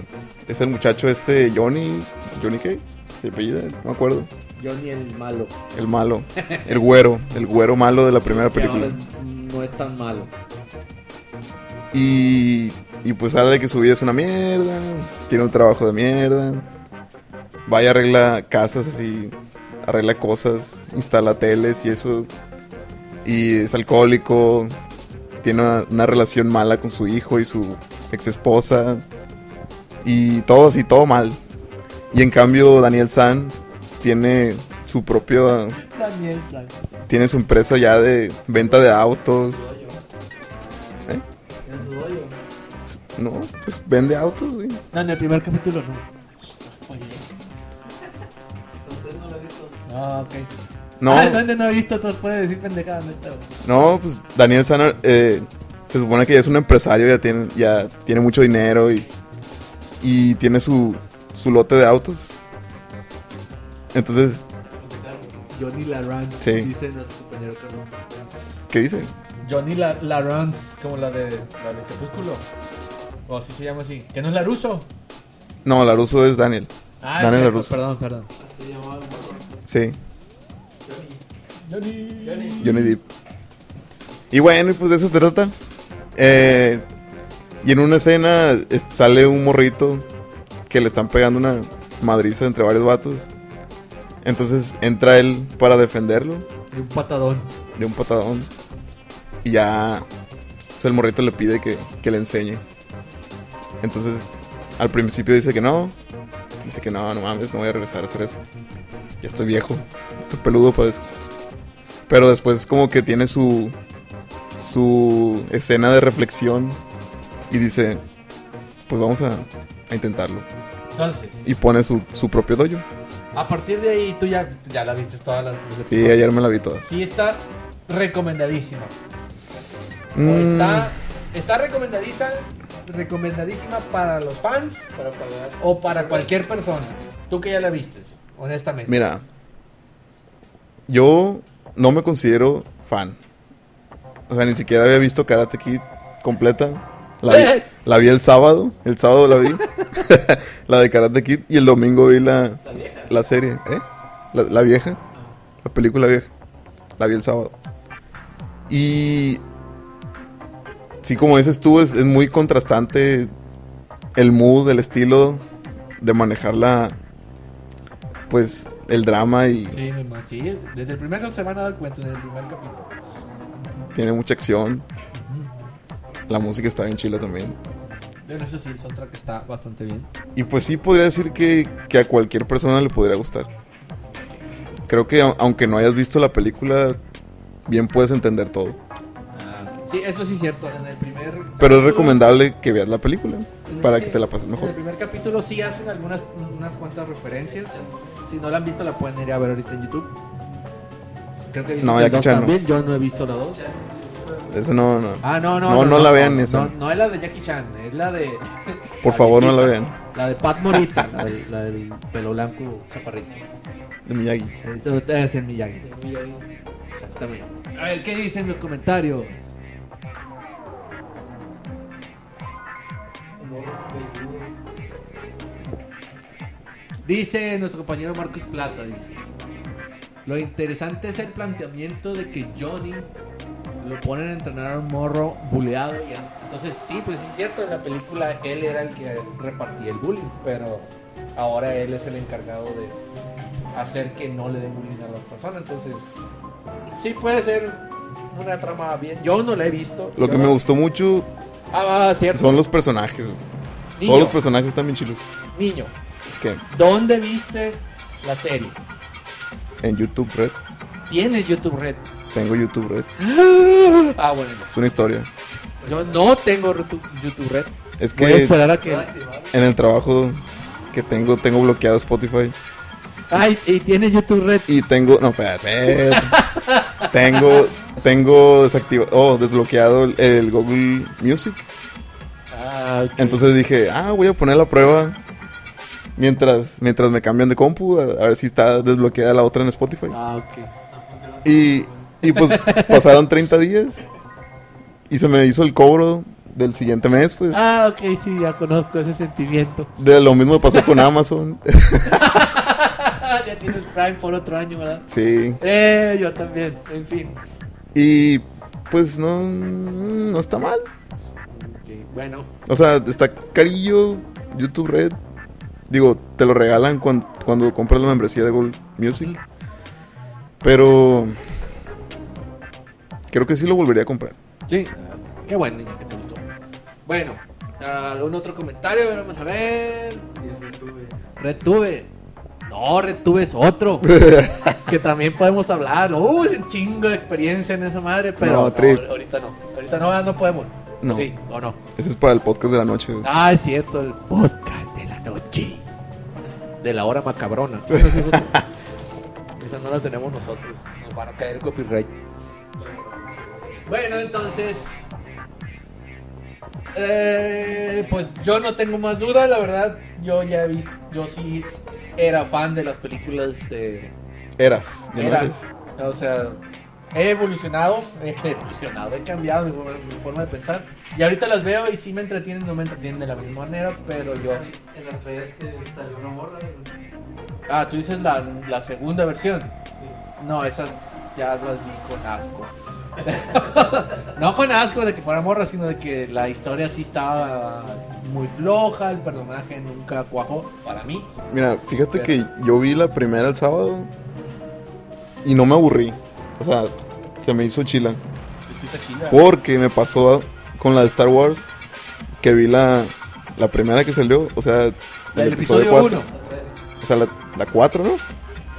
es el muchacho este Johnny... ¿Johnny qué? ¿Se apellida? No me acuerdo.
yo ni el malo.
El malo. El güero. El güero malo de la primera
Que ahora
película.
no es tan malo.
Y, y pues habla de que su vida es una mierda, tiene un trabajo de mierda, va y arregla casas así, arregla cosas, instala teles y eso. Y es alcohólico, tiene una, una relación mala con su hijo y su ex esposa. Y todo así, todo mal. Y en cambio Daniel San tiene su propio
Daniel San.
tiene su empresa ya de venta de autos. ¿Eh? No, pues vende autos, güey.
No, en el primer capítulo no. Oye. No, ok.
No,
<laughs>
Ah, entonces no he visto, entonces puede decir pendejada, neta. güey.
no, pues Daniel Saner eh, se supone que ya es un empresario, ya tiene, ya tiene mucho dinero y, y tiene su, su lote de autos. Entonces,
Johnny Laranz,
Sí.
dice nuestro compañero Carlos.
¿qué dice?
Johnny La Laranz, como la de, la de Crepúsculo. O así se llama así. Que no es Laruso.
No, Laruso es Daniel.
Ah, cierto,
Daniel Laruso.
Perdón, perdón.
Sí.
Johnny.
Johnny Depp. Y bueno, y pues de eso se trata. Eh, y en una escena es- sale un morrito que le están pegando una madriza entre varios vatos. Entonces entra él para defenderlo
Y un patadón.
de un patadón. Y ya pues, el morrito le pide que, que le enseñe. Entonces al principio dice que no. Dice que no, no mames, no voy a regresar a hacer eso. Ya estoy viejo, estoy peludo para eso. Pero después como que tiene su, su escena de reflexión y dice, pues vamos a, a intentarlo.
Entonces,
Y pone su, su propio dojo.
a partir de ahí tú ya, ya la viste todas las. los
Sí,
episodios.
ayer me la vi toda.
Sí, está recomendadísima. O
Mm,
Está, está recomendadiza, recomendadísima para los fans o para cualquier persona. Tú que ya la vistes, honestamente.
Mira, yo no me considero fan. O sea, ni siquiera había visto Karate Kid completa. La vi, la vi el sábado, el sábado la vi. <laughs> la de Karate Kid y el domingo vi la, la serie, ¿eh? La, la vieja, la película vieja. La vi el sábado. Y sí, como dices tú, es, es muy contrastante el mood, el estilo de manejar la, pues, el drama y
Sí, no manches. Desde el primero se van a dar cuenta, desde el primer capítulo.
tiene mucha acción. La música está bien chila también.
Bueno, eso sí, el soundtrack está bastante bien.
Y pues sí podría decir que, que a cualquier persona le podría gustar. Creo que a- aunque no hayas visto la película, bien puedes entender todo.
Ah, Sí, eso sí es cierto. En el primer.
Pero es
capítulo-
recomendable que veas la película
en el-
para
sí,
que te la pases mejor.
En el primer capítulo sí hacen algunas unas cuantas referencias. Si no la han visto, la pueden ir a ver ahorita en YouTube. Creo que
No,
viste el
Jackie
dos
Chan no.
también. Yo no he visto la 2.
Esa no, no.
Ah, no, no.
No, no la vean esa.
No, no es la de Jackie Chan, es la de.
<laughs> Por
de
favor, no
Vita,
la vean.
La de Pat Morita, la, del- la
<laughs>
del pelo blanco chaparrito.
De Miyagi.
Eso es el Miyagi. Exactamente. A ver, ¿qué dicen los comentarios? Dice nuestro compañero Marcos Plata, dice. Lo interesante es el planteamiento de que Johnny lo ponen a entrenar a un morro buleado. Y a- entonces sí, pues sí es cierto, en la película él era el que repartía el bullying, pero ahora él es el encargado de hacer que no le den bullying a las personas. Entonces, sí puede ser una trama bien. Yo no la he visto.
Lo que me gustó mucho
gusta. Ah, cierto.
son los personajes.
niño,
Todos los personajes están bien chilos.
niño,
¿Qué?
¿dónde viste la serie?
En YouTube Red.
Tienes YouTube Red.
Tengo YouTube Red.
Ah, bueno. no.
Es una historia.
Yo no tengo Rutu- YouTube Red.
Es
Voy a
que
esperar a que.
en el trabajo que tengo, tengo bloqueado Spotify.
<laughs> Ay, y tiene YouTube Red.
Y tengo. No, espérate.
<laughs>
tengo. Tengo desactivado. Oh, desbloqueado el, el Google Music.
Ah, ok.
Entonces dije, ah, voy a poner la prueba. Mientras, mientras me cambian de compu, a, a ver si está desbloqueada la otra en Spotify.
Ah, ok.
Y, y pues pasaron 30 días. Y se me hizo el cobro del siguiente mes, pues.
Ah, ok, sí, ya conozco ese sentimiento.
De lo mismo pasó con Amazon. <laughs>
Ah, ya tienes Prime por otro año, ¿verdad?
sí.
Eh, yo también, en fin.
Y pues no, no está mal.
Ok, bueno,
O sea, está carillo YouTube Red. Digo, te lo regalan cuan- cuando, compras la membresía de Gold Music. Pero creo que sí lo volvería a comprar.
Sí, ah, qué bueno, niño, que te gustó. Bueno, ¿algún otro comentario? Vamos a ver. Retuve. No, Retuve es
<laughs>
otro. que también podemos hablar. Uh, es un chingo de experiencia en esa madre, pero
No,
no,
trip.
ahorita no. Ahorita no, no podemos.
No.
Sí, o no.
Ese es para el podcast de la noche. güey.
Ah, es cierto, el podcast de la noche. De la hora macabrona. Esa es otra. Esa no la tenemos nosotros. Nos van a caer copyright. Bueno, entonces. eh, pues yo no tengo más duda, la verdad. Yo ya he visto. Yo sí era fan de las películas de.
Eras, ya no
Era,
eres.
o sea, he evolucionado. He evolucionado, he cambiado mi, forma- mi forma de pensar. Y ahorita las veo y sí me entretienen, no me entretienen de la misma manera, pero yo.
En las redes que Este, salió una morra. güey.
Ah, tú dices la, la segunda versión. No, esas ya las vi con asco. <laughs> no con asco de que fuera morra, sino de que la historia sí estaba muy floja, el personaje nunca cuajó para mí.
Mira, fíjate que yo vi la primera el sábado y no me aburrí. O sea, se me hizo chila.
Es que está chila.
Porque me pasó con la de Star Wars, que vi la, la primera que salió, o sea, el,
El
episodio
episodio
4.
1.
O sea, la, la 4, ¿no?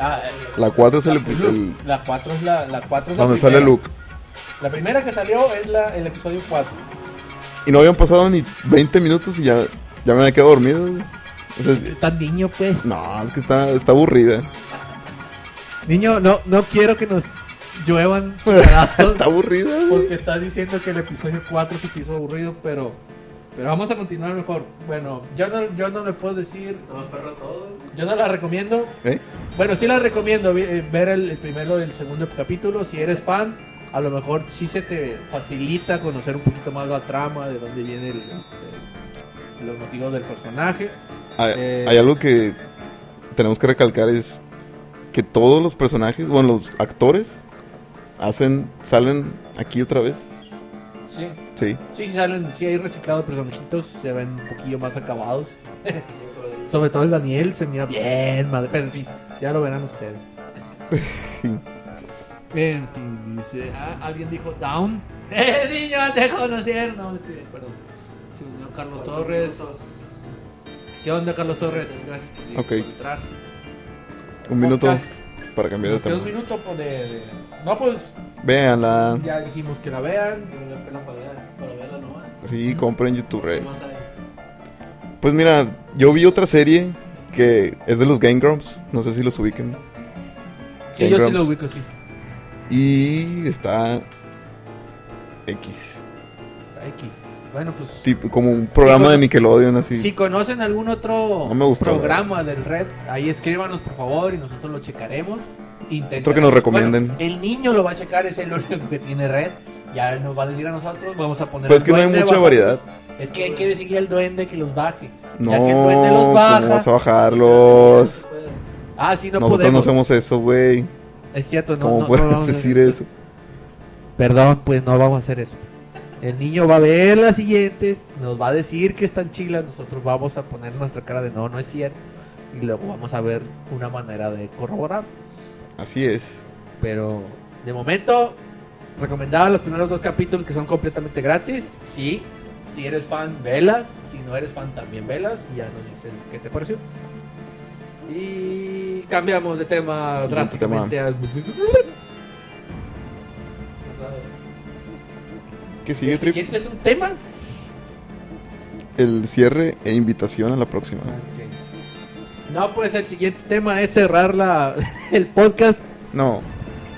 Ah, eh,
La 4 es el, epi- el-
Luke. La 4 es la, la 4 es la
donde
primera.
sale Luke.
La primera que salió es la, el episodio 4.
Y no habían pasado ni 20 minutos y ya, ya me había quedado dormido. güey. O sea, es-
Tan niño, pues.
no, es que está, está aburrida.
Niño, no, no quiero que nos lluevan
<laughs>
chingadazos.
Está aburrida, güey.
Porque estás diciendo que el episodio 4 se te hizo aburrido, pero. Pero vamos a continuar mejor. Bueno, yo no, yo no le puedo decir.
Somos perro todos.
Yo no la recomiendo.
¿Eh?
Bueno, sí la recomiendo vi- eh, ver el, el primero y el segundo capítulo. Si eres fan, a lo mejor sí se te facilita conocer un poquito más la trama, de dónde viene el- el- los motivos del personaje.
Hay,
Eh.
hay algo que tenemos que recalcar es que todos los personajes, bueno, los actores hacen, salen aquí otra vez.
Sí.
Sí.
Sí, sí salen, sí hay reciclado de personajitos, se ven un poquillo más acabados. <laughs> Sobre todo el Daniel se mira bien, madre. Pero en fin, ya lo verán
<laughs>
ustedes. en fin, dice. ah, alguien dijo Down. <laughs> ¡Eh, niño, te conocieron! No, mentira, perdón. Se unió Carlos Torres. ¿Qué onda, Carlos Torres? Gracias por,
Ok.
por entrar.
Un minuto
Podcast.
para cambiar el
Nos queda
tema.
un minuto pues, de, de- No, pues
Véanla.
ya dijimos que la vean.
Vale la pena pagar para verla nomás.
Sí, compren YouTube Red.
Nomás ahí.
Pues mira, yo vi otra serie que es de los Game Grumps. No sé si los ubiquen.
Sí,
Game
yo sí
Grumps.
lo ubico, sí.
Y está X.
Está X. Bueno, pues.
Tipo, como un programa
Sí, pues,
de
bueno.
Nickelodeon así.
Si conocen algún otro
No me gustó,
programa del Red, ahí escríbanos por favor y nosotros lo checaremos. Intentaremos-
Otro que nos recomienden.
Bueno, el niño lo va a checar, es el <laughs> único que tiene Red. Ya él nos va a decir a nosotros, vamos a poner.
Pero es
al
que no hay
duende
mucha
bajo-
variedad.
Es que hay que decirle al duende que los baje.
No,
ya que el duende los
¿cómo
baja.
vas a bajarlos?
Se puede.
Ah, sí, no
Nosotros no
podemos.
hacemos eso, güey.
Es cierto, no,
¿Cómo
no- no
puedes
vamos a-
decir eso?
Perdón, pues no vamos a hacer eso. El niño va a ver las siguientes, nos va a decir que están chilas, nosotros vamos a poner nuestra cara de no, no es cierto. Y luego vamos a ver una manera de corroborar.
Así es.
Pero de momento, recomendaba los primeros dos capítulos que son completamente gratis. Sí, si eres fan, velas. Si no eres fan, también velas. Y ya nos dices qué te pareció. Y cambiamos de tema
Siguiente
drásticamente.
No sabe.
¿Qué
A...
sigue,
¿El
Trip?
siguiente es un tema?
El cierre e invitación a la próxima.
Ah. Ok. No, pues el siguiente tema es cerrar la, <laughs> el podcast.
No,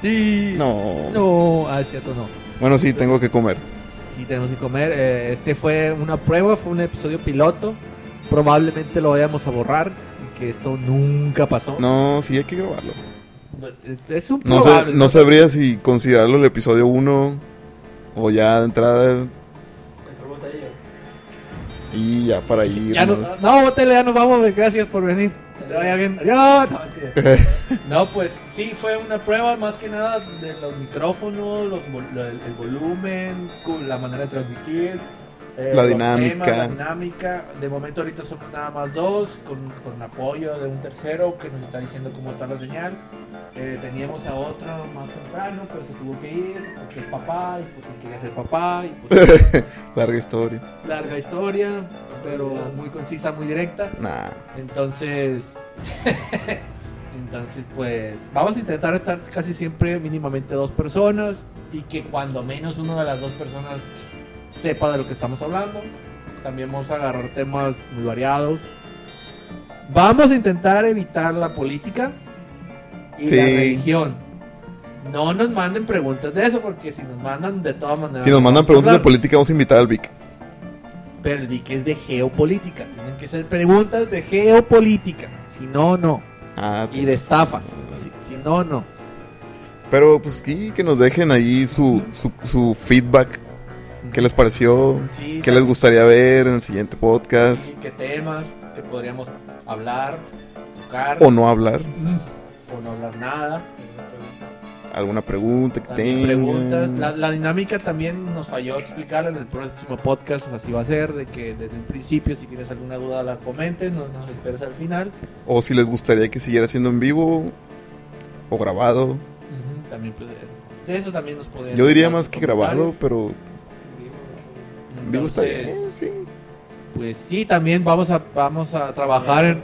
Sí.
no.
No, ah, es cierto, no.
Bueno, sí, tengo que comer.
Sí, tenemos que comer. Eh, este fue una prueba, fue un episodio piloto. Probablemente lo vayamos a borrar y que esto nunca pasó.
No, sí, hay que grabarlo.
Es un
No,
probable.
sé- no sabría si considerarlo el episodio 1 o ya de entrada
Entró botella.
y ya para
Ya no,
irnos.
no, bótele, ya nos vamos. Gracias por venir. Que te vaya bien. No, no, mentira. <laughs> No, pues sí, fue una prueba más que nada de los micrófonos, los vol- lo- el, el volumen, cu- la manera de transmitir. eh,
La
los
dinámica.
temas, la dinámica. De momento ahorita somos nada más dos, con, con apoyo de un tercero que nos está diciendo cómo está la señal. Eh, teníamos a otro más temprano, pero se tuvo que ir, porque es papá, y pues él quería ser papá, y pues <laughs>
Larga historia.
larga historia, pero muy concisa, muy directa.
Nah.
Entonces, <laughs> entonces pues vamos a intentar estar casi siempre mínimamente dos personas y que cuando menos una de las dos personas sepa de lo que estamos hablando. También vamos a agarrar temas muy variados. Vamos a intentar evitar la política y la
Sí.
religión. No nos manden preguntas de eso porque si nos mandan de todas maneras...
Si nos mandan preguntas de
Claro.
política, vamos a invitar al Vic.
Pero el Vic es de geopolítica. Tienen que ser preguntas de geopolítica. Si no, no.
Ah,
Y de estafas. Si, si no, no.
Pero pues sí, que nos dejen ahí su, su, su feedback. ¿Qué les pareció?
Sí,
¿Qué les gustaría ver en el siguiente
sí,
podcast?
¿Qué temas que podríamos hablar, tocar
¿O no hablar?
o no hablar nada?
¿Alguna pregunta que
También preguntas. La,
tengan?
la dinámica también nos falló explicar en el próximo podcast. Así va a ser: de que desde el principio, si tienes alguna duda, la comenten. No nos esperes al final.
¿O si les gustaría que siguiera siendo en vivo? ¿O grabado?
También, pues, de eso también nos podemos.
Yo diría más que grabado, pero en vivo está bien.
Entonces,
¿eh? Sí.
Pues sí, también vamos a, vamos a trabajar en,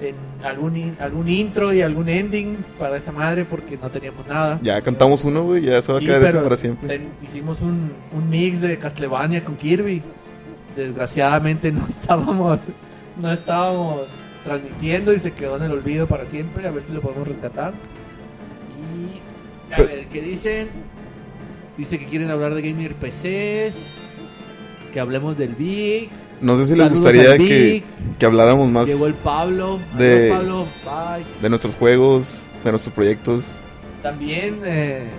en algún, in- algún intro y algún ending para esta madre porque no teníamos nada.
Ya cantamos uno, güey, ya se va a
Sí,
quedar eso
pero
para siempre.
ten- hicimos un, un mix de Castlevania con Kirby. Desgraciadamente no <laughs> estábamos, no estábamos transmitiendo y se quedó en el olvido para siempre. A ver si lo podemos rescatar. Y a
Pero-
ver, ¿qué dicen? Dice que quieren hablar de gamer PCs, que hablemos del Big.
No sé si les
Saludos
gustaría
al
que,
Vic.
que habláramos más
Llegó el Pablo.
de-
Adiós, Pablo. Bye.
de nuestros juegos, de nuestros proyectos.
También, eh,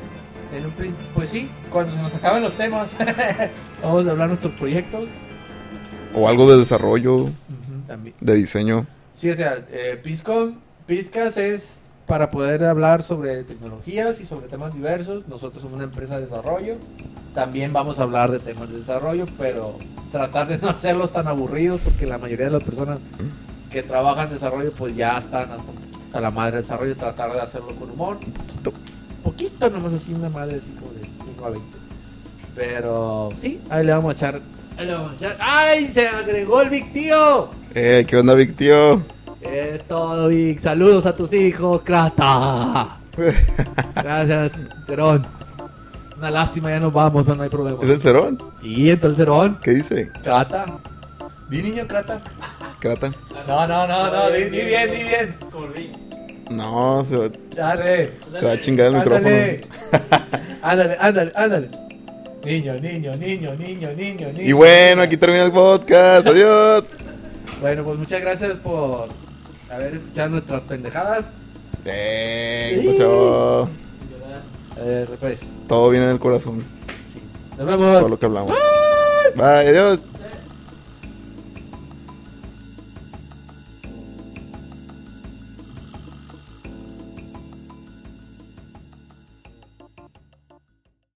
en un prin- pues sí, cuando se nos acaben los temas, <laughs> vamos a hablar nuestros proyectos.
O algo de desarrollo,
También.
de diseño.
Sí, o sea, eh, Piscom, Piscas es para poder hablar sobre tecnologías y sobre temas diversos. Nosotros somos una empresa de desarrollo. También vamos a hablar de temas de desarrollo, pero tratar de <laughs> no hacerlos tan aburridos porque la mayoría de las personas que trabajan en desarrollo pues ya están hasta, hasta la madre del desarrollo. Tratar de hacerlo con humor.
Poquito.
Poquito, nomás así una madre así como de 5 a 20. Pero sí, ahí le vamos a echar. Ahí le vamos a echar. ¡Ay! Se agregó el Big Tío.
Eh, ¿qué onda, Vic, tío? <laughs>
Es todo, Vic. Saludos a tus hijos, Crata. Gracias, Cerón. Una lástima, ya nos vamos, pero no hay problema.
¿Es el Cerón?
Sí, entonces Cerón.
¿Qué dice?
Crata. Di niño, Crata.
¿Crata?
No, no, no, no. Di, di bien, di bien.
Como el Vic.
No, se va,
Dale.
se va a chingar el
Ándale.
micrófono.
Ándale, <laughs> ándale, ándale. Niño, niño, niño, niño, niño, niño.
Y bueno, aquí termina el podcast. Adiós.
Bueno, pues muchas gracias por haber escuchado nuestras pendejadas.
Eh, ¿qué pasó?
Eh, pues,
Todo viene del corazón.
nos vemos.
Todo lo que hablamos. Bye, adiós.